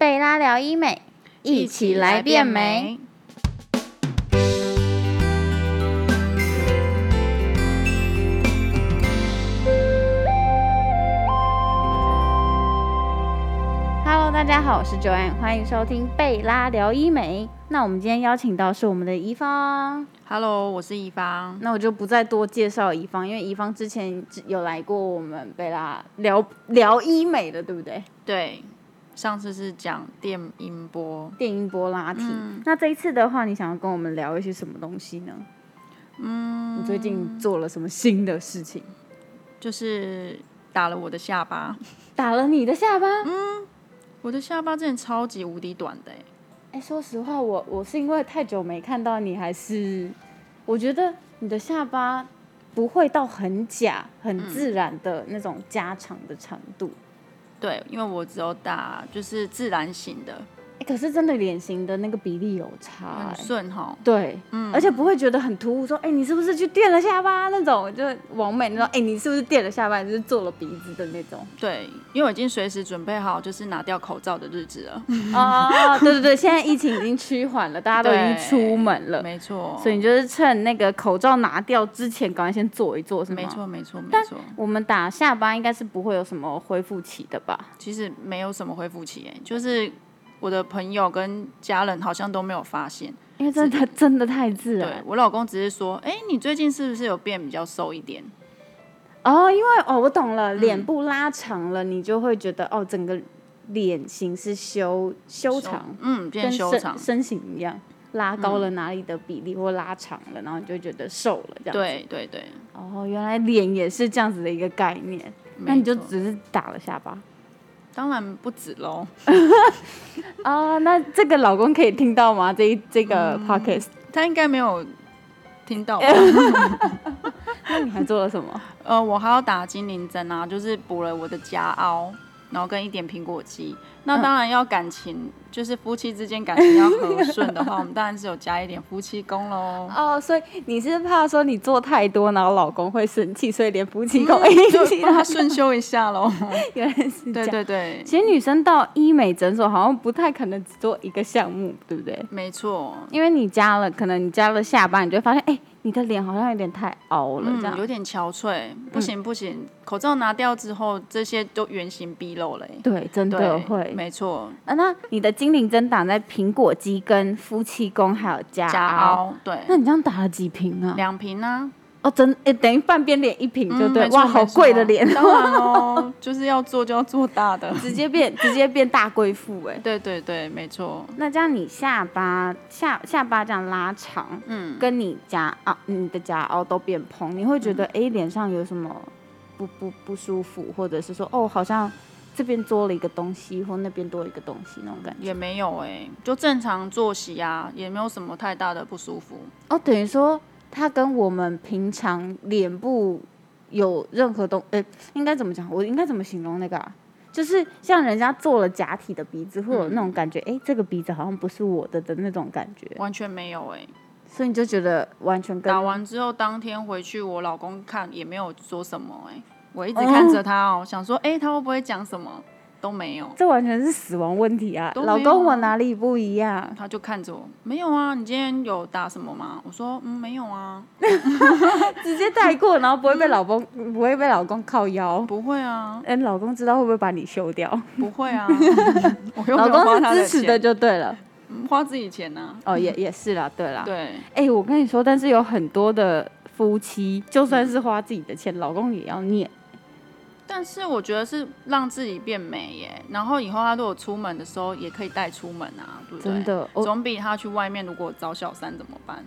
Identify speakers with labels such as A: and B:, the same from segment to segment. A: 维拉聊医美，一起来变美。。Hello，大家好，我是 Joanne，欢迎收听贝拉聊医美。那我们今天邀请到是我们的怡芳，
B: Hello，我是怡芳。
A: 那我就不再多介绍怡芳，因为怡芳之前有来过我们贝拉聊聊医美的，对不对？
B: 对，上次是讲电音波。
A: 电音波拉提。那这一次的话，你想要跟我们聊一些什么东西呢？嗯，你最近做了什么新的事情？
B: 就是打了我的下巴，
A: 打了你的下巴？哎、
B: 我的下巴真的超级无敌短的、欸，
A: 哎说实话，我我是因为太久没看到你，还是我觉得你的下巴不会到很假、很
B: 嗯
A: 自然的那种加长的长度。
B: 对，因为我只有打就是自然型的，
A: 哎，可是真的脸型的那个比例有差、
B: 很嗯
A: 哎
B: 顺哈。
A: 对，而且不会觉得很突兀，说，哎、你是不是去垫了下巴那种，就是完美那种，哎、你是不是垫了下巴，就是做了鼻子的那种。
B: 对，因为我已经随时准备好就是拿掉口罩的日子了。
A: 哦，对对对，现在疫情已经趋缓了，大家都已经
B: 对
A: 出门了，
B: 没错，
A: 所以你就是趁那个口罩拿掉之前，赶快先做一做，是吗？
B: 没。错，没错，没错。
A: 我们打下巴应该是不会有什么恢复期的吧？
B: 其实没有什么恢复期、欸，就是我的朋友跟家人好像都没有发现。
A: 因为真的真的太自
B: 对
A: 然
B: 我老公只是说，哎、你最近是不是有变比较瘦一点？
A: 哦，因为哦我懂了，脸部拉长了，你就会觉得哦整个脸型是修修长，
B: 嗯，变
A: 跟
B: 修
A: 身
B: 长。
A: 身形一样，拉高了哪里的比例或拉长了，然后你就会觉得瘦了这样。
B: 对对对，
A: 哦，原来脸也是这样子的一个概念，那
B: 没
A: 你就
B: 错
A: 只是打了下巴。
B: 当然不止喽。
A: 啊、那这个老公可以听到吗？这一这个 podcast，、
B: 他应该没有 听到吧。
A: 那你还做了什么？
B: 呃，我还要打精灵针啊，就是补了我的夹凹，然后跟一点苹果肌。那当然要感情，就是夫妻之间感情要和顺的话， 我们当然是有加一点夫妻宫喽。
A: 哦，所以你是怕说你做太多，然后老公会生气，所以连夫妻宫一
B: 嗯就
A: 起
B: 帮
A: 来
B: 他。顺修一下喽。
A: 原来是 这
B: 对
A: 样。
B: 对对，
A: 其实女生到医美诊所好像不太可能只做一个项目，对不对？
B: 没错。
A: 因为你加了，可能你加了下巴，你就会发现，哎、你的脸好像有点太凹了，这样。嗯
B: 嗯，有点憔悴，不行不行，口罩拿掉之后，这些都原形毕露了、欸。
A: 对，真的
B: 对，
A: 会。
B: 没错，
A: 啊、那你的精灵针打在苹果肌、跟夫妻宫还有加
B: 夹
A: 凹，
B: 凹，对，
A: 那你这样打了几瓶啊？
B: 两瓶呢、
A: 哦，真诶，等于半边脸一瓶
B: 啊，
A: 就对，
B: 没错
A: 哇，好贵的脸
B: 没，错当然哦，就是要做就要做大的，
A: 直接变直接变大贵妇哎。
B: 对对对，没错，
A: 那这样你下巴下下巴这样拉长，嗯，跟你颊凹、你的颊凹都变蓬，你会觉得诶，脸上有什么不不不舒服，或者是说哦好像这边多了一个东西，或那边多了一个东西那种感觉。
B: 也没有哎、就正常作息啊，也没有什么太大的不舒服，
A: 哦，等于说它跟我们平常脸部有任何东，呃，应该怎么讲？我应该怎么形容那个、啊？就是像人家做了假体的鼻子，会有那种感觉，诶，这个鼻子好像不是我的的那种感觉，
B: 完全没有哎、
A: 所以你就觉得完全跟
B: 打完之后当天回去，我老公看也没有说什么哎、我一直看着他哦，想说哎、他会不会讲什么，都没有。
A: 这完全是死亡问题啊！
B: 都
A: 老
B: 没有
A: 公，我
B: 啊
A: 哪里不一样？
B: 他就看着我，没有啊，你今天有打什么吗？我说，嗯，没有啊，
A: 直接带过，然后不会被老公， 不会被老公靠腰。
B: 不会啊，
A: 哎，老公知道会不会把你休掉？
B: 不会 啊，我又没
A: 老
B: 有花
A: 公
B: 他
A: 是支持的
B: 钱，
A: 就对了。
B: 嗯花自己钱呢、
A: 哦，也也是啦，对啦。
B: 对，
A: 哎、我跟你说，但是有很多的夫妻，就算是花自己的钱，老公也要念。
B: 但是我觉得是让自己变美耶，然后以后他如果出门的时候也可以带出门啊，对不对？
A: 真的哦我
B: 总比他去外面如果找小三怎么办？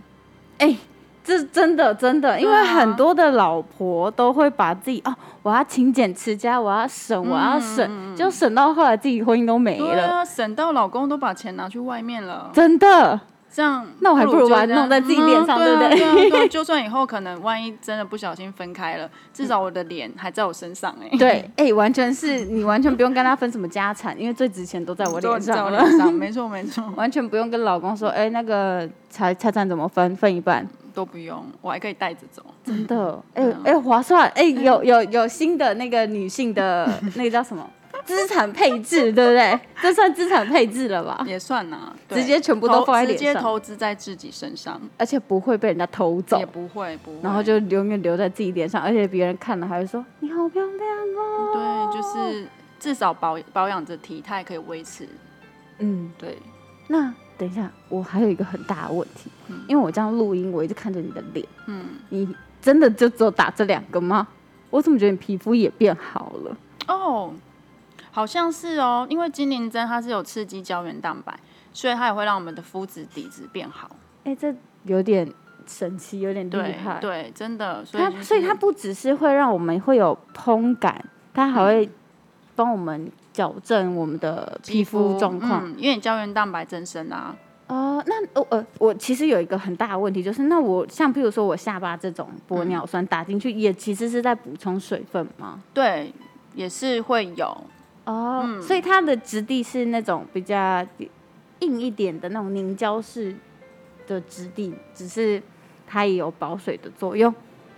A: 这真的真的，因为
B: 对啊
A: 很多的老婆都会把自己哦，我要勤俭持家，我要省，我要省，就省到后来自己婚姻都没
B: 对
A: 了，
B: 啊，省到老公都把钱拿去外面了，
A: 真的。
B: 这样
A: 那我还不如
B: 就
A: 把它
B: 这样
A: 弄在自己脸上
B: 嗯对
A: 对不
B: 啊
A: 对
B: 对啊？对啊就算以后可能万一真的不小心分开了，至少我的脸还在我身上 哎。
A: 对， 哎、完全是你完全不用跟他分什么家产，因为最值钱都在我
B: 都
A: 脸
B: 在
A: 上
B: 我
A: 了，
B: 脸上，没错没错，
A: 完全不用跟老公说，哎、那个财财产怎么分，分一半，
B: 都不用，我还可以带着走。
A: 真
B: 嗯
A: 的，哎、哎、划算，哎、有有有新的那个女性的那个叫什么资产配置，对不对？这算资产配置了吧？
B: 也算呐，对
A: 啊直接全部都
B: 投
A: 放在
B: 直
A: 脸
B: 接
A: 上
B: 投资在自己身上，
A: 而且不会被人家偷走
B: 也，不会不会。
A: 然后就永远留在自己脸上，而且别人看了还会说你好漂亮哦。
B: 对，就是至少保保养着体态可以维持。
A: 嗯，
B: 对，
A: 那等一下，我还有一个很大的问题，
B: 嗯
A: 因为我这样录音，我一直看着你的脸，
B: 嗯，
A: 你真的就只有打这两个吗？我怎么觉得你皮肤也变好了？
B: 哦，好像是哦，因为精灵针它是有刺激胶原蛋白，所以它也会让我们的肤质底子变好。
A: 哎、这有点神奇，有点厉
B: 对
A: 害。
B: 对，真的，所以、
A: 它所以它不只是会让我们会有嘭感，它还会帮我们矫正我们的皮肤状况。
B: 嗯，因为你胶原蛋白增生啊，
A: 哦，那哦呃，我其实有一个很大的问题，就是那我像譬如说我下巴这种玻尿酸打进去，也其实是在补充水分吗？
B: 对，也是会有，
A: 哦，所以它的质地是那种比较硬一点的那种凝胶式的质地，只是它也有保水的作用。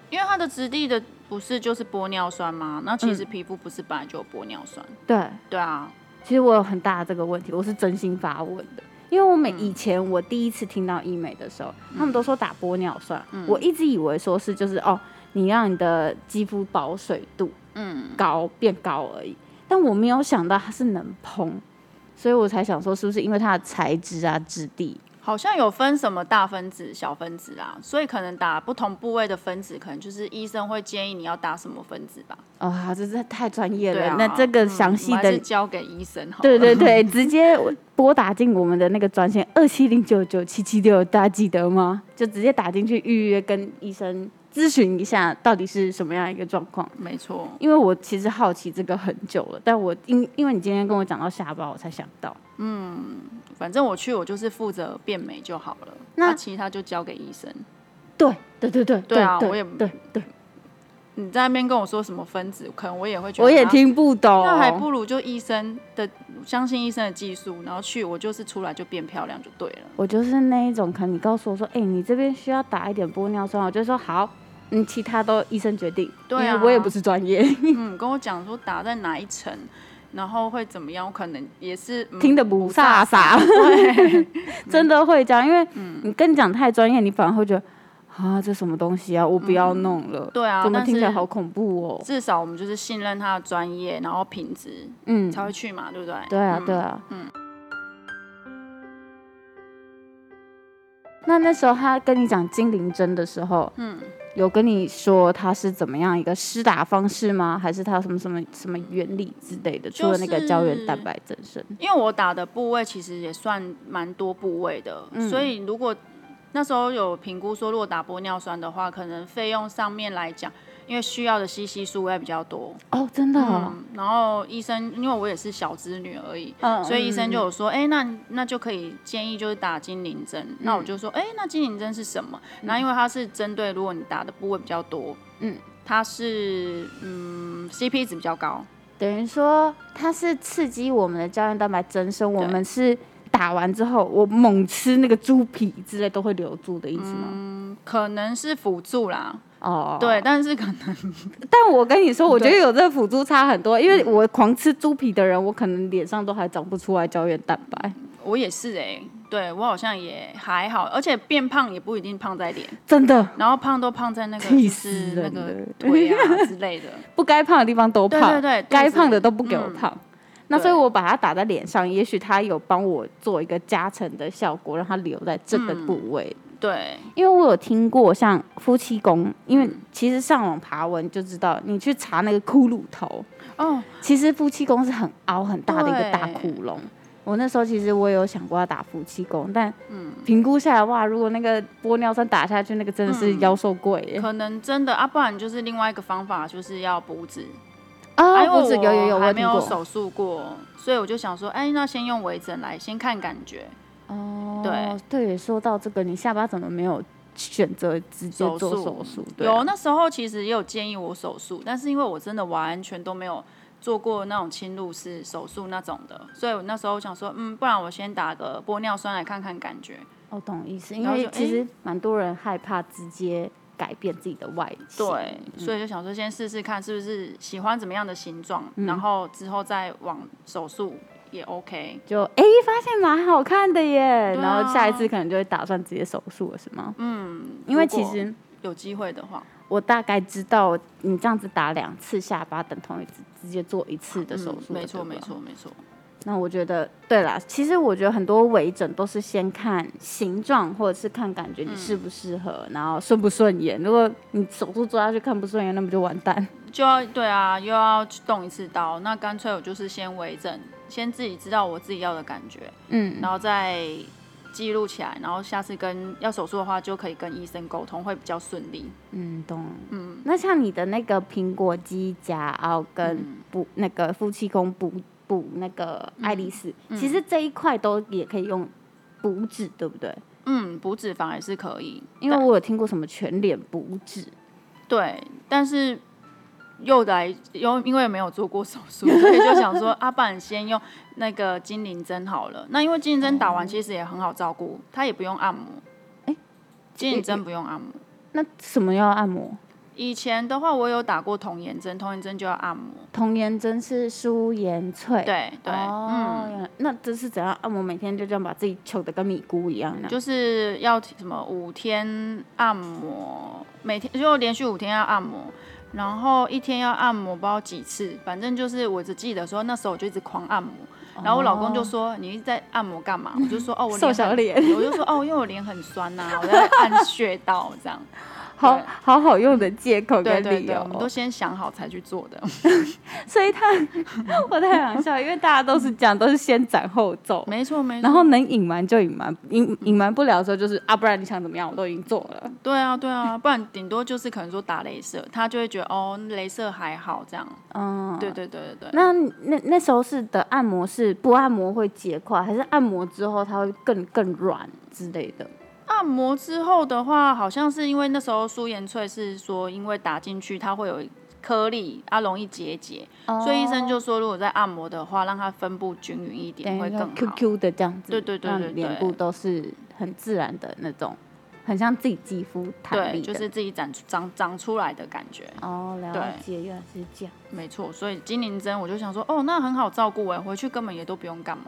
B: 因为它的质地的不是就是玻尿酸吗？那其
A: 嗯
B: 实皮肤不是本来就有玻尿酸，
A: 对，
B: 对啊，
A: 其实我有很大的这个问题，我是真心发问的。因为我每以前我第一次听到医美的时候，他们都说打玻尿酸，我一直以为说是就是哦，你让你的肌肤保水度
B: 嗯，
A: 高变高而已，但我没有想到它是能膨，所以我才想说是不是因为它的材质啊质地，
B: 好像有分什么大分子、小分子啦，所以可能打不同部位的分子，可能就是医生会建议你要打什么分子吧。
A: 哦，好这是太专业了。
B: 对啊，
A: 那这个详细
B: 嗯我
A: 的，
B: 还是交给医生好了。
A: 对对 对，直接拨打进我们的那个专线二七零九九七七六，大家记得吗？就直接打进去预约，跟医生咨询一下到底是什么样一个状况。
B: 没错，
A: 因为我其实好奇这个很久了，但我因因为你今天跟我讲到下巴，我才想到。
B: 反正我去我就是负责变美就好了，
A: 那
B: 那其他就交给医生。
A: 对对对对
B: 对啊
A: 对
B: 我也
A: 对对，
B: 你在那边跟我说什么分子，可能我也会觉得
A: 我也
B: 啊
A: 听哦不懂。
B: 那还不如就医生的相信医生的技术，然后去我就是出来就变漂亮就对了。
A: 我就是那一种，可能你告诉我说，哎、你这边需要打一点玻尿酸，我就说好，嗯，其他都医生决定，
B: 对啊
A: 因为我也不是专业，
B: 嗯，跟我讲说打在哪一层，然后会怎么样，我可能也是、嗯
A: 听得不飒飒， 真的会这样，因为
B: 嗯
A: 你跟你讲太专业，你反而会觉得啊，这什么东西啊，我不要弄了，
B: 对啊，
A: 怎么
B: 但
A: 听起来
B: 是
A: 好恐怖哦，
B: 至少我们就是信任他的专业，然后品质
A: 嗯，
B: 才会去嘛，对不对？
A: 对啊，
B: 嗯
A: 对啊，嗯。那那时候他跟你讲精灵针的时候，嗯，有跟你说他是怎么样一个施打方式吗？还是他有什么什么什么原理之类的？除了那个胶原蛋白增生，
B: 因为我打的部位其实也算蛮多部位的，
A: 嗯
B: 所以如果那时候有评估说，如果打玻尿酸的话，可能费用上面来讲，因为需要的 CC 数会比较多。
A: 哦，真的、哦，
B: 嗯，然后医生，因为我也是小资女而已，
A: 嗯
B: 所以医生就有说，哎、那那就可以建议就是打精灵针。那
A: 嗯
B: 我就说，哎、那精灵针是什么？那、因为它是针对如果你打的部位比较多，
A: 嗯，
B: 它是嗯 CP 值比较高，
A: 等于说它是刺激我们的胶原蛋白增生，我
B: 对
A: 们是打完之后，我猛吃那个猪皮之类都会留住的意思吗？
B: 嗯可能是辅助啦，
A: 哦，
B: 对，但是可能
A: 但我跟
B: 嗯
A: 你说，我觉得有这个辅助差很多，因为我狂吃猪皮的人，我可能脸上都还长不出来胶原蛋白，
B: 我也是哎、对我好像也还好，而且变胖也不一定胖在脸，
A: 真的
B: 然后胖都胖在那个
A: 气
B: 就
A: 死
B: 是那
A: 人
B: 个
A: 了
B: 腿啊之类的，
A: 不该胖的地方都
B: 对
A: 胖，
B: 对对，
A: 该
B: 肚子嗯
A: 胖的都不给我胖。那
B: 对
A: 所以，我把它打在脸上，也许它有帮我做一个加成的效果，让它留在这个
B: 嗯
A: 部位。
B: 对，
A: 因为我有听过像夫妻宫，因
B: 嗯
A: 为其实上网爬文就知道，你去查那个骷髅头，
B: 哦，
A: 其实夫妻宫是很凹很大的一个大
B: 对
A: 窟窿。我那时候其实我也有想过要打夫妻宫，但
B: 嗯
A: 评估下来，哇，如果那个玻尿酸打下去，那个真的是妖兽贵耶！
B: 嗯可能真的啊，不然就是另外一个方法，就是要补脂。
A: 啊，
B: 哎
A: 不止有有有，
B: 我
A: 我有
B: 还
A: 听
B: 没有
A: 过。
B: 手术过，所以我就想说，哎，那先用微整来先看感觉。
A: 哦，
B: 对
A: 对，说到这个，你下巴怎么没有选择直接做手术？对啊
B: 有那时候其实也有建议我手术，但是因为我真的完全都没有做过那种侵入式手术那种的，所以我那时候想说，嗯，不然我先打个玻尿酸来看看感觉。
A: 哦我懂意思，因
B: 然后
A: 为
B: 就
A: 其实蛮多人害怕直接改变自己的外形。
B: 对，
A: 嗯
B: 所以就想说先试试看是不是喜欢怎么样的形状，
A: 嗯
B: 然后之后再往手术也 OK。
A: 就哎、发现蛮好看的耶，
B: 对啊
A: 然后下一次可能就会打算直接手术了，是吗？
B: 嗯，
A: 因为
B: 如果
A: 其实
B: 有机会的话，
A: 我大概知道，你这样子打两次下巴，等同于直直接做一次的手术、
B: 嗯没错
A: 对吧
B: 没。错没错，
A: 那我觉得，对啦，其实我觉得很多微整都是先看形状，或者是看感觉你适不适合，
B: 嗯
A: 然后顺不顺眼。如果你手术做下去看不顺眼，那不就完蛋？
B: 就要对啊，又要去动一次刀，那干脆我就是先为证，先自己知道我自己要的感觉，
A: 嗯，
B: 然后再记录起来，然后下次跟要手术的话就可以跟医生沟通，会比较顺利。
A: 嗯，懂。嗯，那像你的那个苹果肌夹凹跟
B: 嗯
A: 补、那个夫妻宫补补那个爱丽丝，
B: 嗯
A: 其实这一块都也可以用补脂，对不对？
B: 嗯，补脂肪也是可以，
A: 因为我有听过什么全脸补脂，
B: 对，但是又来又因为没有做过手术，所以就想说，阿爸你先用那个精灵针好了。那因为精灵针打完其实也很好照顾，它也不用按摩。精灵针不用按摩。
A: 那什么要按摩？
B: 以前的话，我有打过童颜针，童颜针就要按摩。
A: 童颜针是舒颜萃，
B: 对对，嗯
A: 哦，原来那这是怎样按摩？每天就这样把自己糗的跟米糊一样呢？
B: 就是要什么五天按摩，每天就连续五天要按摩，然后一天要按摩不知道几次，反正就是我只记得说那时候我就一直狂按摩，然后我老公就说你一直在按摩干嘛？我就说 哦我
A: 哦瘦
B: 脸
A: 小
B: 很，
A: 脸，
B: 我就说哦因为我脸很酸呐、我在按穴道 这样。
A: 好好好用的借口
B: 对
A: 跟
B: 对
A: 理
B: 对，我们都
A: 由。
B: 先想好才去做 的。
A: 所以他， 我太想笑，因为大家都是这样，都是先斩后奏，
B: 没错没错。
A: 然后能隐瞒就隐瞒，隐隐瞒不了的时候就是啊，不然你想怎么样，我都已经做了。
B: 对啊对啊，不然顶多就是可能说打镭射，他就会觉得哦镭射还好这样。
A: 嗯，
B: 对。对对对对。
A: 那那那时候是的按摩是不按摩会结块，还是按摩之后它会更更软之类的？
B: 按摩之后的话，好像是因为那时候舒颜萃是说，因为打进去它会有颗粒，它容易结节，
A: 哦
B: 所以医生就说，如果在按摩的话，让它分布均匀一点
A: 等
B: 会
A: 于说
B: 更好。
A: QQ 的这样子，
B: 对对对
A: 让
B: 对
A: 脸
B: 对
A: 部都是很自然的那种，很像自己肌肤弹
B: 对，
A: 力
B: 就
A: 的。
B: 是自己长出长长出来的感觉，
A: 哦，了
B: 对
A: 解，原来是这样。
B: 没错。所以精灵针我就想说，哦，那很好照顾哎，回去根本也都不用干嘛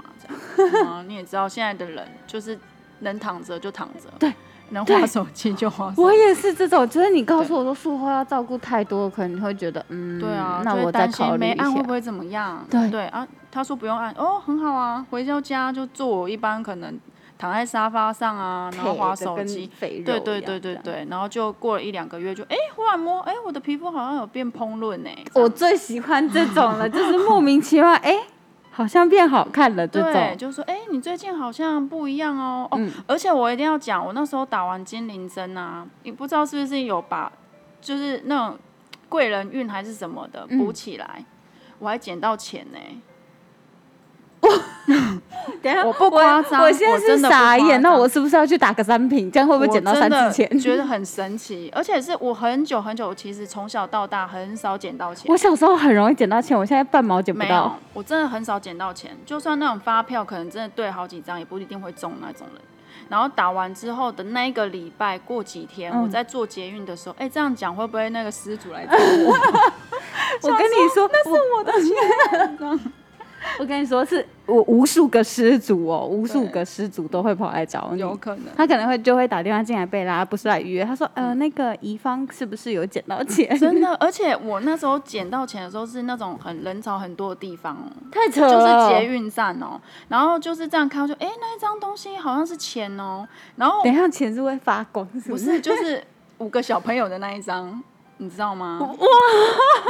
B: 这样。嗯，你也知道现在的人就是能躺着就躺着，
A: 对，
B: 能划手机就划手机。
A: 我也是这种，就是你告诉我说术后要照顾太多，可能你会觉得， 嗯，
B: 对啊，
A: 那
B: 就会
A: 我再
B: 担心
A: 考虑
B: 没
A: 一
B: 按会
A: 下
B: 不。会怎么样？
A: 对
B: 啊，他说不用按，哦，很好啊，回到家就做我一般可能躺在沙发上啊，然后
A: 配
B: 划
A: 得
B: 手
A: 跟
B: 机。
A: 肥肉
B: 对
A: 一
B: 对
A: 样
B: 对对
A: 这样。
B: 对，然后就过了一两个月就，哎，忽然摸，哎，我的皮肤好像有变蓬润呢。这
A: 我
B: 样
A: 最喜欢这种 了，就是莫名其妙，哎、好像变好看了这
B: 对，
A: 种。
B: 就说哎，你最近好像不一样哦哦
A: 嗯，
B: 而且我一定要讲，我那时候打完精灵针啊，你不知道是不是有把就是那种贵人运还是什么的补
A: 嗯
B: 起来，我还捡到钱 呢。
A: 等一下
B: 我不夸张
A: 我现在
B: 我
A: 是
B: 真的不
A: 傻
B: 夸
A: 眼，
B: 张
A: 那我是不是要去打个三瓶？这样会不会捡到三次
B: 我真的
A: 钱？
B: 觉得很神奇，而且是我很久很久，其实从小到大很少捡到钱
A: 我，小时候很容易捡到钱，我现在半毛捡不
B: 没
A: 到
B: 有。，我真的很少捡到钱，就算那种发票，可能真的对好几张也不一定会中那种人。然后打完之后的那一个礼拜，过几天、
A: 嗯
B: 我在做捷运的时候，哎、这样讲会不会那个失主来找我？
A: 我跟你说，那是我的钱。 我跟你说，是我无数个失主哦，无数
B: 对
A: 个失主都会跑来找你。
B: 有可能。
A: 他可能会就会打电话进来，贝拉不是来约，他说，呃，那个乙方是不是有捡到钱？
B: 真的，而且我那时候捡到钱的时候是那种很人潮很多的地方 哦，
A: 太扯
B: 就是
A: 了，
B: 捷运站哦，然后就是这样看，我就哎、那一张东西好像是钱哦，然后
A: 等一下钱是会发光，是
B: 不
A: 不是？
B: 是，就是五个小朋友的那一张，你知 道吗？哇！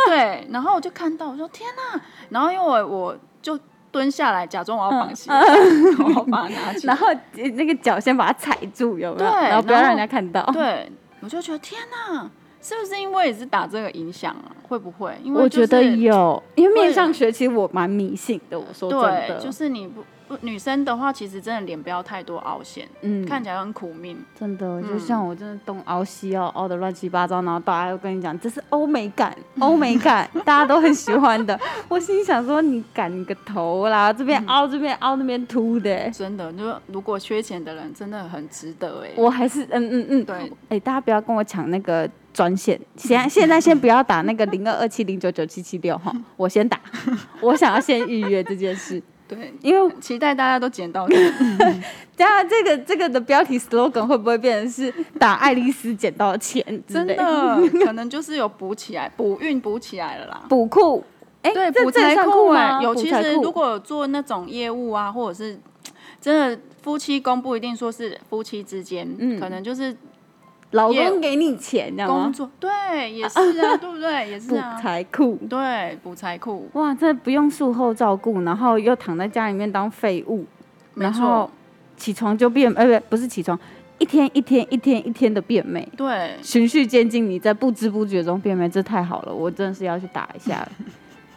B: 对，然后我就看到，我说天哪、然后因为我我就蹲下来，假装我要绑鞋， 我要把它拿起来
A: 然。后呃嗯 那个脚先把它踩住，有没有？
B: 对
A: 然后不要
B: 然
A: 让人
B: 后
A: 家看到。
B: 对，我就觉得天哪、是不是因为也是打这个影响啊？会不会？因为、
A: 我觉得有，因为
B: 会
A: 面上学其实我蛮迷信的，我说真
B: 对，
A: 的，
B: 就是你不不女生的话，其实真的脸不要太多凹陷，
A: 嗯，
B: 看起嗯来很苦命。
A: 真的，就像我真的东凹西凹，凹的乱七八糟，然后大家又跟你讲这是欧美感，欧美感，大家都很喜欢的。 我心里想说，你赶你个头啦，这边凹这边凹那边凸的、欸
B: 真的，就如果缺钱的人，真的很值得哎、
A: 我还是嗯嗯嗯，
B: 对，
A: 哎、大家不要跟我抢那个专线，先现在先不要打那个零二二七零九九七七六哈，我先打，我想要先预约这件事，
B: 对，
A: 因为
B: 期待大家都捡到钱。
A: 加上这个这个的标题 slogan 会不会变成是打爱丽丝捡到钱之
B: 真
A: 类
B: 的，可 能就是有补起来，补运补起来了啦。
A: 补库？哎、
B: 对，
A: 这
B: 补
A: 这也
B: 财
A: 算
B: 库
A: 吗？
B: 尤
A: 补
B: 其
A: 财
B: 是
A: 库
B: 如果有做那种业务啊，或者是真的夫妻宫，不一定说是夫妻之间，
A: 嗯
B: 可能就是
A: 老
B: 业
A: 公给你钱，你知道
B: 工
A: 吗？
B: 作，对，也是 啊，对不对？也是
A: 补
B: 啊，
A: 财库。
B: 对，补财库，
A: 哇，这不用术后照顾，然后又躺在家里面当废物，
B: 没
A: 然后
B: 错，
A: 起床就变，呃，不，不是起床，一天一天一天一天的变美，
B: 对，
A: 循序渐进，你在不知不觉中变美，这太好了，我真的是要去打一下了。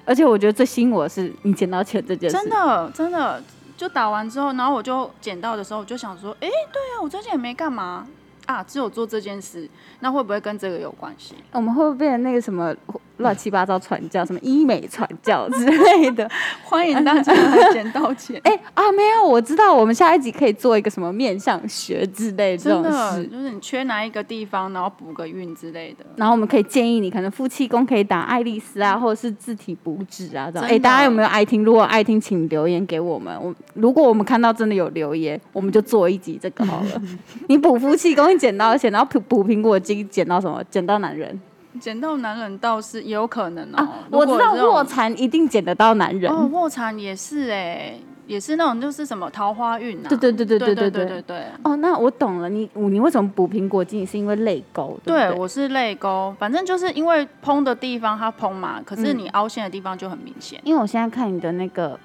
A: 而且我觉得最吸引我的是你捡到钱这件事，
B: 真的真的，就打完之后，然后我就捡到的时候，我就想说，哎，对啊，我最近也没干嘛啊，只有做这件事，那会不会跟这个有关系？
A: 我们会不会变成那个什么乱七八糟传教，什么医美传教之类的？。
B: 欢迎大家来捡到钱
A: 哎、啊，没有，我知道，我们下一集可以做一个什么面相学之类这
B: 真
A: 种
B: 的，
A: 事。
B: 就是你缺哪一个地方，然后补个运之类的。
A: 然后我们可以建议你，可能夫妻宫可以打爱丽丝啊，或者是字体补脂啊这种。
B: 嗯真的
A: 哎、大家有没有爱听？如果爱听，请留言给我们。我如果我们看到真的有留言，我们就做一集这个好 了。你补夫妻宫捡到钱，然后补补苹果肌捡到什么？捡到男人
B: 捡到男人倒是也有可能哦、
A: 啊！我知道卧蚕一定捡得到男人。
B: 哦，卧蚕也是哎、也是那种就是什么桃花运 啊。
A: 对对对对对
B: 对
A: 对
B: 对对对
A: 对。哦，那我懂了，你你为什么补苹果肌？你是因为泪沟，对不
B: 对，我是泪沟，反正就是因为嘭的地方它嘭嘛，可
A: 嗯
B: 是你凹陷的地方就很明显。
A: 因为我现在看你的那个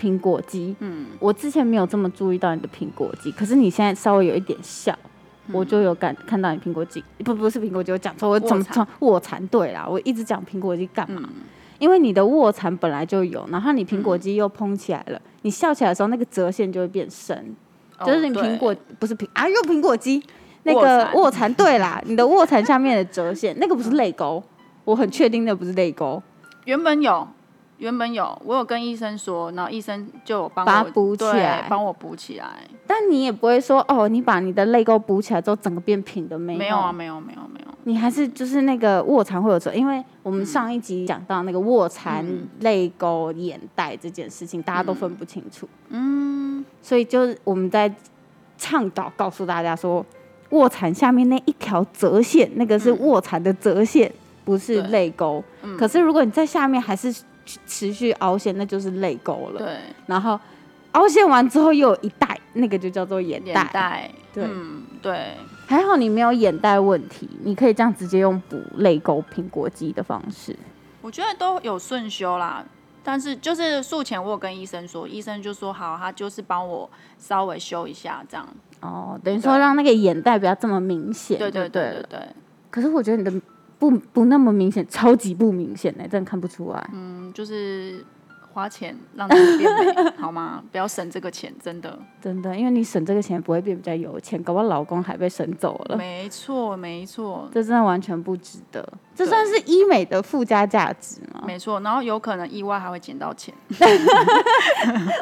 A: 苹果肌，
B: 嗯
A: 我之前没有这么注意到你的苹果肌，可是你现在稍微有一点笑，
B: 嗯
A: 我就有感看到你苹果肌，不不是苹果肌，我讲错，我怎么
B: 卧蚕嗯
A: 从卧蚕对啦，我一直讲苹果肌干嘛？因为你的卧蚕本来就有，然后你苹果肌又蓬起来了，你笑起来的时候那个折线就会变深，就是你
B: 哦对
A: 苹果不是苹啊，又苹果肌，那
B: 卧
A: 个
B: 蚕嗯
A: 卧蚕对啦，你的卧蚕下面的折线那个不是泪沟，我很确定那不是泪沟。
B: 原本有，原本有，我有跟医生说，然后医生就有帮
A: 把
B: 我
A: 它补起来
B: 对帮我补起来。
A: 但你也不会说哦，你把你的泪沟补起来之后，整个变平的没有？
B: 没有啊，，没有没有没有，
A: 你还是就是那个卧蚕会有折，因为我们上一集讲到那个卧蚕、
B: 嗯
A: 泪沟、眼袋这件事情，大家都分不清楚。嗯，所以就是我们在倡导告诉大家说，卧蚕下面那一条折线，那个是卧蚕的折线，不是
B: 嗯对嗯
A: 泪沟。可是如果你在下面还是持续凹陷，那就是泪沟了。
B: 对。
A: 然后凹陷完之后又有一带，那个就叫做眼
B: 眼
A: 袋。
B: 袋，
A: 对
B: 嗯，对，
A: 还好你没有眼袋问题，你可以这样直接用补泪沟苹果肌的方式。
B: 我觉得都有顺修啦。但是就是术前我有跟医生说，医生就说好，他就是帮我稍微修一下这样。
A: 哦，等于说让那个眼袋不要这么明显。
B: 对
A: 对
B: 对
A: 了
B: 对对对，
A: 可是我觉得你的不不那么明显，超级不明显呢、真的看不出来。
B: 嗯，就是花钱让自己变美，好吗？不要省这个钱，真的。
A: 真的，因为你省这个钱不会变比较有钱，搞不好老公还被省走了。
B: 没错，没错，
A: 这真的完全不值得，这算是医美的附加价值吗？
B: 没错。然后有可能意外还会捡到钱。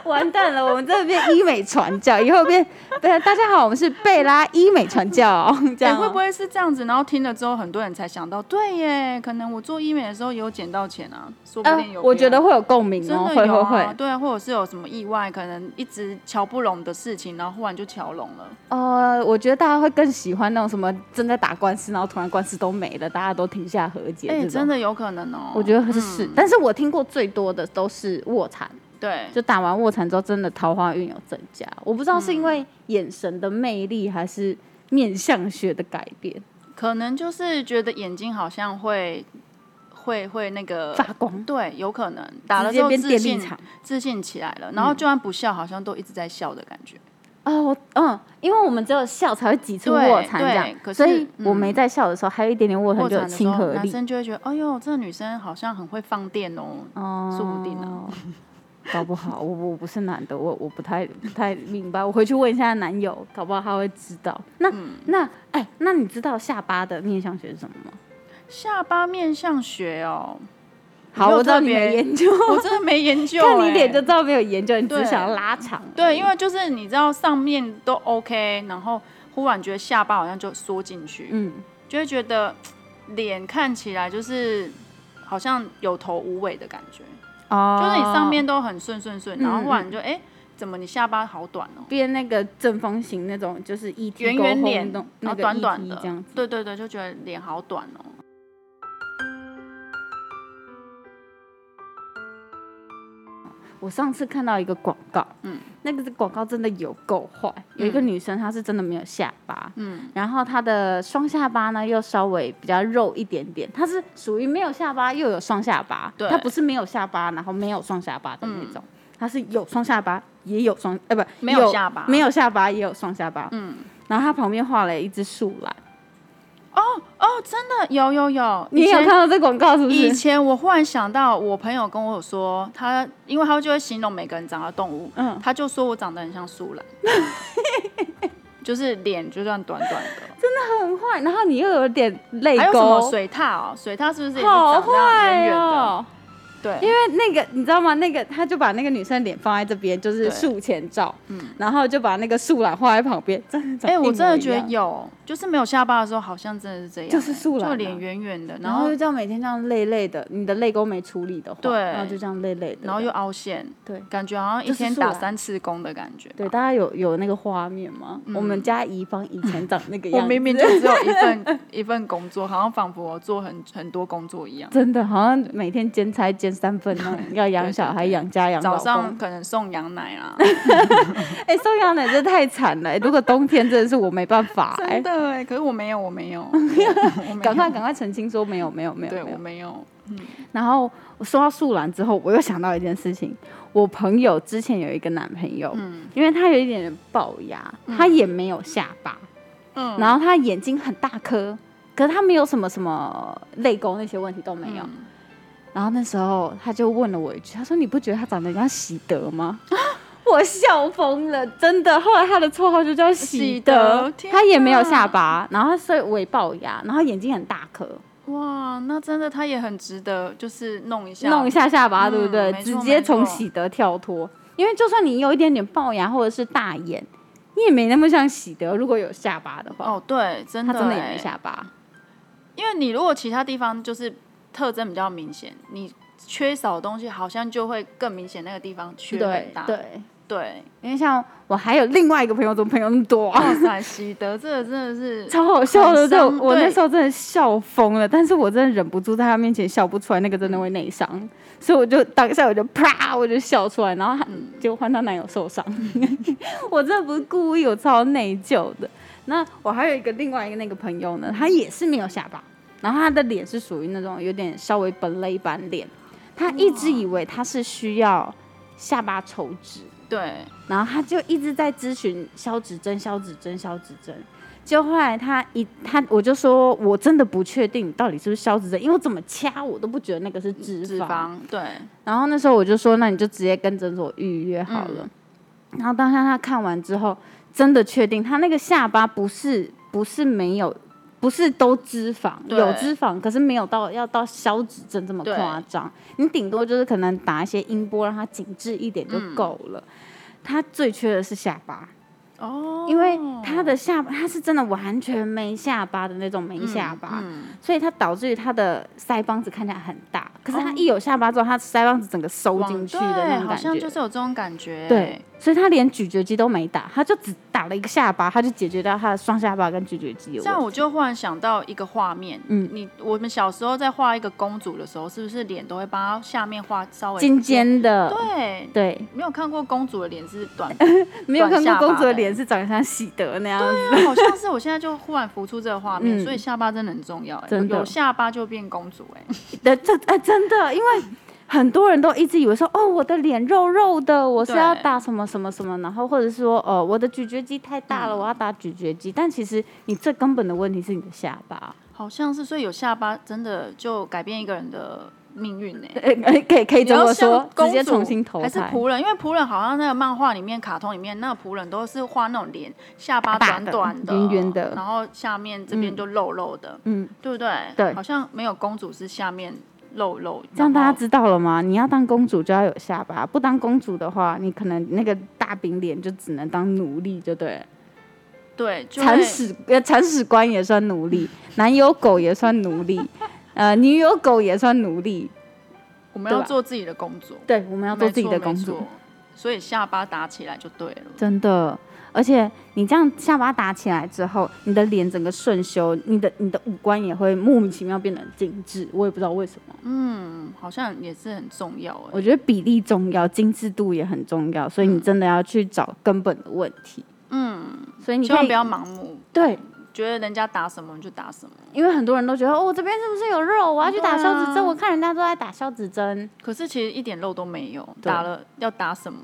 A: 完蛋了，我们这边医美传教，以后变，对，啊大家好，我们是贝拉医美传教，哦 这
B: 哎、
A: 样、啊
B: 会不？会是这样子？然后听了之后，很多人才想到，对耶，可能我做医美的时候也有捡到钱啊，说不
A: 呃
B: 定有别人、，
A: 我觉得会有共鸣
B: 真
A: 哦，
B: 的
A: 会
B: 有
A: 会
B: 啊，
A: 会。
B: 对，或者是有什么意外，可能一直瞧不拢的事情，然后忽然就瞧拢了。
A: 呃，我觉得大家会更喜欢那种什么正在打官司，然后突然官司都没了，大家都停下和解
B: 哎、
A: 这
B: 真
A: 种。
B: 的有可能哦、
A: 我觉得是，
B: 嗯
A: 但是我听过最多的都是卧蚕，
B: 对，
A: 就打完卧蚕之后，真的桃花运有增加。我不知道是因
B: 嗯
A: 为眼神的魅力，还是面相学的改变，
B: 可能就是觉得眼睛好像会会会那个
A: 发光，
B: 对，有可能打了
A: 直
B: 之
A: 接
B: 后
A: 变
B: 自
A: 电力嗯
B: 信
A: 场。
B: 自信起来了，然后就算不笑，好像都一直在笑的感觉。
A: 哦，我嗯，因为我们只有笑才会挤出
B: 对
A: 卧蚕这样
B: 对，可是
A: 所以
B: 嗯
A: 我没在笑的时候，还有一点点卧蚕
B: 或
A: 就
B: 者
A: 有亲和
B: 男
A: 力。
B: 生就会觉得，哎呦，这个女生好像很会放电哦、
A: 哦
B: 说不定啊。
A: 搞不好我我不是男的，我我不太不太明白，我回去问一下男友，搞不好他会知道。那、
B: 嗯
A: 那哎、那你知道下巴的面相学是什么吗？
B: 下巴面相学哦，
A: 好，
B: 没有
A: 我知道
B: 特
A: 你
B: 别
A: 没研究，
B: 我真的没 研究、欸，
A: 看你脸就知道没有研究，你只
B: 对
A: 想要拉长。
B: 对，因为就是你知道上面都 OK，然后忽然觉得下巴好像就缩进去，
A: 嗯，
B: 就会觉得嘖脸看起来就是好像有头无尾的感觉，
A: 哦
B: 就是你上面都很顺顺顺，然后
A: 嗯
B: 忽然就哎、诶怎么你下巴好短哦、
A: 变那个正方形那种，就是 E 一
B: 圆圆脸，
A: 那种，
B: 然
A: 那
B: 后
A: 个
B: 短
A: 一
B: 短
A: 梯
B: 的
A: 这样子，。
B: 对对对，就觉得脸好短哦、
A: 我上次看到一个广告，嗯
B: 嗯，
A: 那个广告真的有够坏。有一个女生，她是真的没有下巴，嗯
B: 嗯，
A: 然后她的双下巴呢又稍微比较肉一点点，她是属于没有下巴又有双下巴，
B: 对嗯
A: 她不是没有下巴然后没有双下巴的那种，她是有双下巴也有双，呃，不，
B: 没有下巴
A: 没有下巴也有双下巴，嗯，然后她旁边画了一只树懒，
B: 哦，真的有有有，
A: 你
B: 以
A: 也有
B: 前
A: 看到这广告是不
B: 以
A: 是？
B: 前我忽然想到，我朋友跟我说，他因为他就会形容每个人长得动物，
A: 嗯
B: 他就说我长得很像树懒， 就是脸就这样短短的，
A: 很坏，然后你又有点泪
B: 还有什么
A: 沟，
B: 水獭哦，水獭是不是也是
A: 好
B: 长这样圆
A: 坏
B: 圆的？
A: 哦。因
B: 对，
A: 为那个你知道吗？那个他就把那个女生脸放在这边，就是
B: 对
A: 术前照，然后就把那个树懒画在旁边，嗯真的长
B: 哎、
A: 一模
B: 我真的
A: 一
B: 觉得
A: 样，
B: 有，就是没有下巴的时候，好像真的是这样、哎
A: 就是树懒啊
B: 就脸圆圆的，
A: 然
B: 然
A: 后
B: 后
A: 就这样每天这样累累的，你的泪沟没处理的话，
B: 对
A: 然后就这样累累的，
B: 然后又凹陷，
A: 对
B: 感觉好像一
A: 就是
B: 天
A: 树
B: 打
A: 懒
B: 三次工的感觉吧。
A: 对，大家有有那个画面吗？我们家怡芳以前长那个
B: 我
A: 样子，
B: 明明就只有一份 一份工作，好像仿佛我做很很多工作一样。
A: 真的好像每天兼差兼三份那种，要养小孩、养家、养
B: 早
A: 老公
B: 上可能送羊奶啊啦，
A: 哎、送羊奶真的太惨了、哎如果冬天真的是我没办法、哎
B: 真，的哎，可是我没有，我没有，我没有
A: 赶快，赶快澄清说没有没有没有，没
B: 对
A: 有
B: 我没有，
A: 然后我说到素兰之后，我又想到一件事情，我朋友之前有一个男朋友，
B: 嗯
A: 因为他有一点点龅牙，他也没有下巴，
B: 嗯
A: 然后他眼睛很大颗，可是他没有什么什么泪沟那些问题都没有。
B: 嗯
A: 然后那时候他就问了我一句，他说：“你不觉得他长得像喜德吗？” 我笑疯了，真的。后来他的绰号就叫喜
B: 喜
A: 德
B: 德，天
A: 他也没有
B: 哪
A: 下巴，然后他是微龅牙，然后眼睛很大颗，
B: 哇，那真的他也很值得，就是弄一下，
A: 弄一，下下巴，
B: 嗯
A: 对不对？
B: 没
A: 直
B: 错
A: 接从
B: 没错
A: 喜德跳脱，因为就算你有一点点龅牙或者是大眼，你也没那么像喜德。如果有下巴的话，
B: 哦，对，真
A: 他
B: 的，欸
A: 真的也没，下巴。
B: 因为你如果其他地方就是特征比较明显，你缺少的东西好像就会更明显，那个地方缺
A: 对
B: 很大，
A: 对，
B: 对，
A: 因为像我还有另外一个朋友，怎么朋友那么多啊？
B: 哇塞，喜德这个真的是
A: 超好笑的，
B: 很
A: 对，
B: 伤
A: 我那
B: 对
A: 时候真的笑疯了，但是我真的忍不住在他面前笑不出来，那个真的会内
B: 嗯
A: 伤，所以我就当下我就啪我就笑出来，然后他
B: 嗯
A: 结果换他男友受伤， 我真的不是故意，我超内疚的。那我还有一个另外一个那个朋友呢，他也是没有下巴，然后他的脸是属于那种有点稍微本类版脸，他一直以为他是需要下巴抽脂，
B: 对，
A: 然后他就一直在咨询消脂针、消脂针、消脂针。就后来他一他我就说我真的不确定到底是不是消脂针，因为我怎么掐我都不觉得那个是脂肪。
B: 脂肪，对，
A: 然后那时候我就说，那你就直接跟诊所预约好了。然后当下他看完之后，真的确定他那个下巴不是不是没有。不是都脂肪，
B: 对
A: 有脂肪，可是没有到要到消脂症这么
B: 对
A: 夸张。你顶多就是可能打一些音波让它紧致一点就够了。他最缺的是下巴，
B: 哦，
A: 因为他的下巴他是真的完全没下巴的那种没下巴。
B: 嗯
A: 所以它导致于它的腮帮子看起来很大，可是它一有下巴之后，它腮帮子整个收
B: 往
A: 进去
B: 对
A: 的那种
B: 好
A: 感
B: 像
A: 觉。
B: 就是有这种感觉。欸
A: 对，，所以他连咀嚼肌都没打，他就只打了一个下巴，他就解决掉他的双下巴跟咀嚼肌的
B: 这
A: 问
B: 样
A: 题。
B: 我就忽然想到一个画面，
A: 嗯
B: 嗯，你我们小时候在画一个公主的时候，是不是脸都会帮她下面画稍微
A: 尖？尖的，
B: 对，
A: 对，
B: 没有看过公主的脸是短，
A: 没有看过
B: 下巴
A: 公主的
B: 的
A: 脸是长得像喜德那样子。
B: 对啊好像是我现在就忽然浮出这个画面，
A: 嗯
B: 所以下巴真的很重要、欸，
A: 真的
B: 有下巴就变公主、欸， 哎，
A: 对，这哎真的，因为很多人都一直以为说，哦，我的脸肉肉的，我是要
B: 对
A: 打什么什么什么，然后或者说，哦，我的咀嚼肌太大了，
B: 嗯
A: 我要打咀嚼肌。但其实你最根本的问题是你的下巴。
B: 好像是，所以有下巴真的就改变一个人的命运欸呢、
A: 呃呃 可以可以
B: 嗯你
A: 这
B: 要
A: 么
B: 像
A: 说，
B: 公
A: 直接
B: 主
A: 重新投
B: 还是
A: 胎。
B: 仆人？因为仆人好像那个漫画里面、卡通里面，那个仆人都是画那种脸，下巴
A: 大
B: 短
A: 的
B: 短的、
A: 圆圆的
B: 然后下面这边
A: 嗯
B: 就肉肉的，
A: 嗯，
B: 对不对？
A: 对
B: 好像没有公主是下面肉肉，
A: 这样大
B: 然
A: 家
B: 后
A: 知道了吗？你要当公主就要有下巴，不当公主的话，你可能那个大饼脸就只能当奴隶，就对了。
B: 对，就
A: 铲
B: 会
A: 屎呃，铲屎官也算奴 隶，男友狗也算奴隶，呃，女友狗也算奴隶。
B: 我们
A: 对
B: 要
A: 吧
B: 做自己的工作，
A: 对，我们要做自己的公
B: 没错
A: 主
B: 没，错所以下巴打起来就对了。
A: 真的。而且你这样下巴打起来之后，你的脸整个顺修，你的你的五官也会莫名其妙变得很精致，我也不知道为什么。
B: 嗯，好像也是很重要哎、
A: 我觉得比例重要，精致度也很重要，所以你真的要去找根本的问题。嗯，所以你
B: 千万
A: 看，
B: 不要盲目，
A: 对，
B: 觉得人家打什么你就打什么。
A: 因为很多人都觉得哦，我这边是不是有肉？我要去打
B: 对啊
A: 消脂针，我看人家都在打消脂针，
B: 可是其实一点肉都没有，
A: 对
B: 打了要打什么？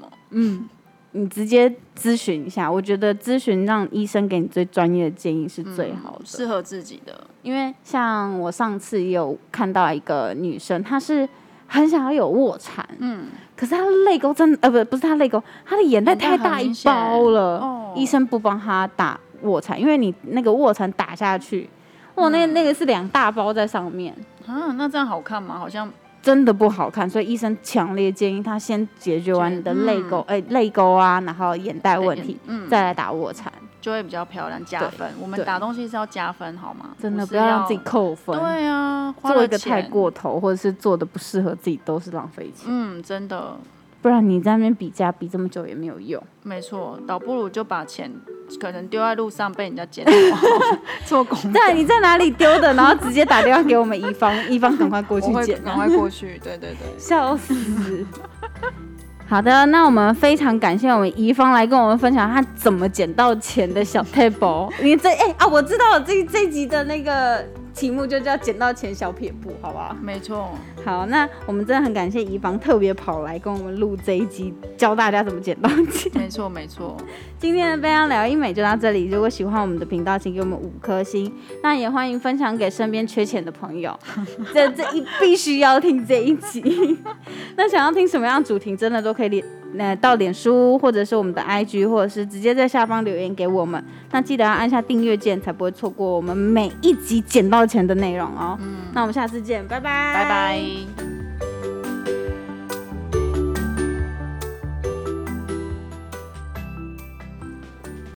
A: 你直接咨询一下。我觉得咨询让医生给你最专业的建议是
B: 嗯
A: 最好的。
B: 适合自己的。
A: 因为像我上次也有看到一个女生，她是很想要有卧蚕，嗯，可是她的泪沟真的呃不不是她泪沟，她的眼袋
B: 眼袋
A: 太
B: 很
A: 大一
B: 明显
A: 包了，
B: 哦
A: 医生不帮她打卧蚕，因为你那个卧蚕打下去，哇，那
B: 嗯
A: 那个是两大包在上面，
B: 啊，那这样好看吗？好像
A: 真的不好看，所以医生强烈建议她先解决完你的泪沟，哎、泪沟啊，然后眼袋问题，
B: 嗯，
A: 再来打卧蚕，
B: 就会比较漂亮，加分。我们
A: 对
B: 打东西是要加分，好吗？
A: 真的
B: 不
A: 不
B: 是
A: 要
B: 要
A: 让自己扣分。
B: 对啊，花
A: 做
B: 了
A: 一个
B: 钱
A: 太。过头，或者是做的不适合自己，都是浪费钱。
B: 嗯，真的
A: 不然你在那边比价比这么久也没有用。
B: 没错，倒不如就把钱可能丢在路上被人家 捡走，做 工作。
A: 对，你在哪里丢的？然后直接打电话给我们乙方， 乙方赶快过去
B: 我会
A: 捡啊，
B: 赶快过去，对对对，
A: 笑死。好的，那我们非常感谢我们乙方来跟我们分享他怎么捡到钱的小 table。你这哎、啊，我知道这这集的那个题目就叫捡到钱小撇步，好不好？
B: 没错，
A: 好，那我们真的很感谢乙方特别跑来跟我们录这一集，教大家怎么捡到钱。
B: 没错，没错。
A: 今天的贝安聊医美就到这里。如果喜欢我们的频道，请给我们五颗星。那也欢迎分享给身边缺钱的朋友。 这这一必须要听这一集。 那想要听什么样的主题，真的都可以脸呃到脸书或者是我们的 IG，或者是直接在下方留言给我们。那记得要按下订阅键，才不会错过嗯我们每一集捡到钱的内容哦。那我们下次见，拜拜，
B: 拜拜。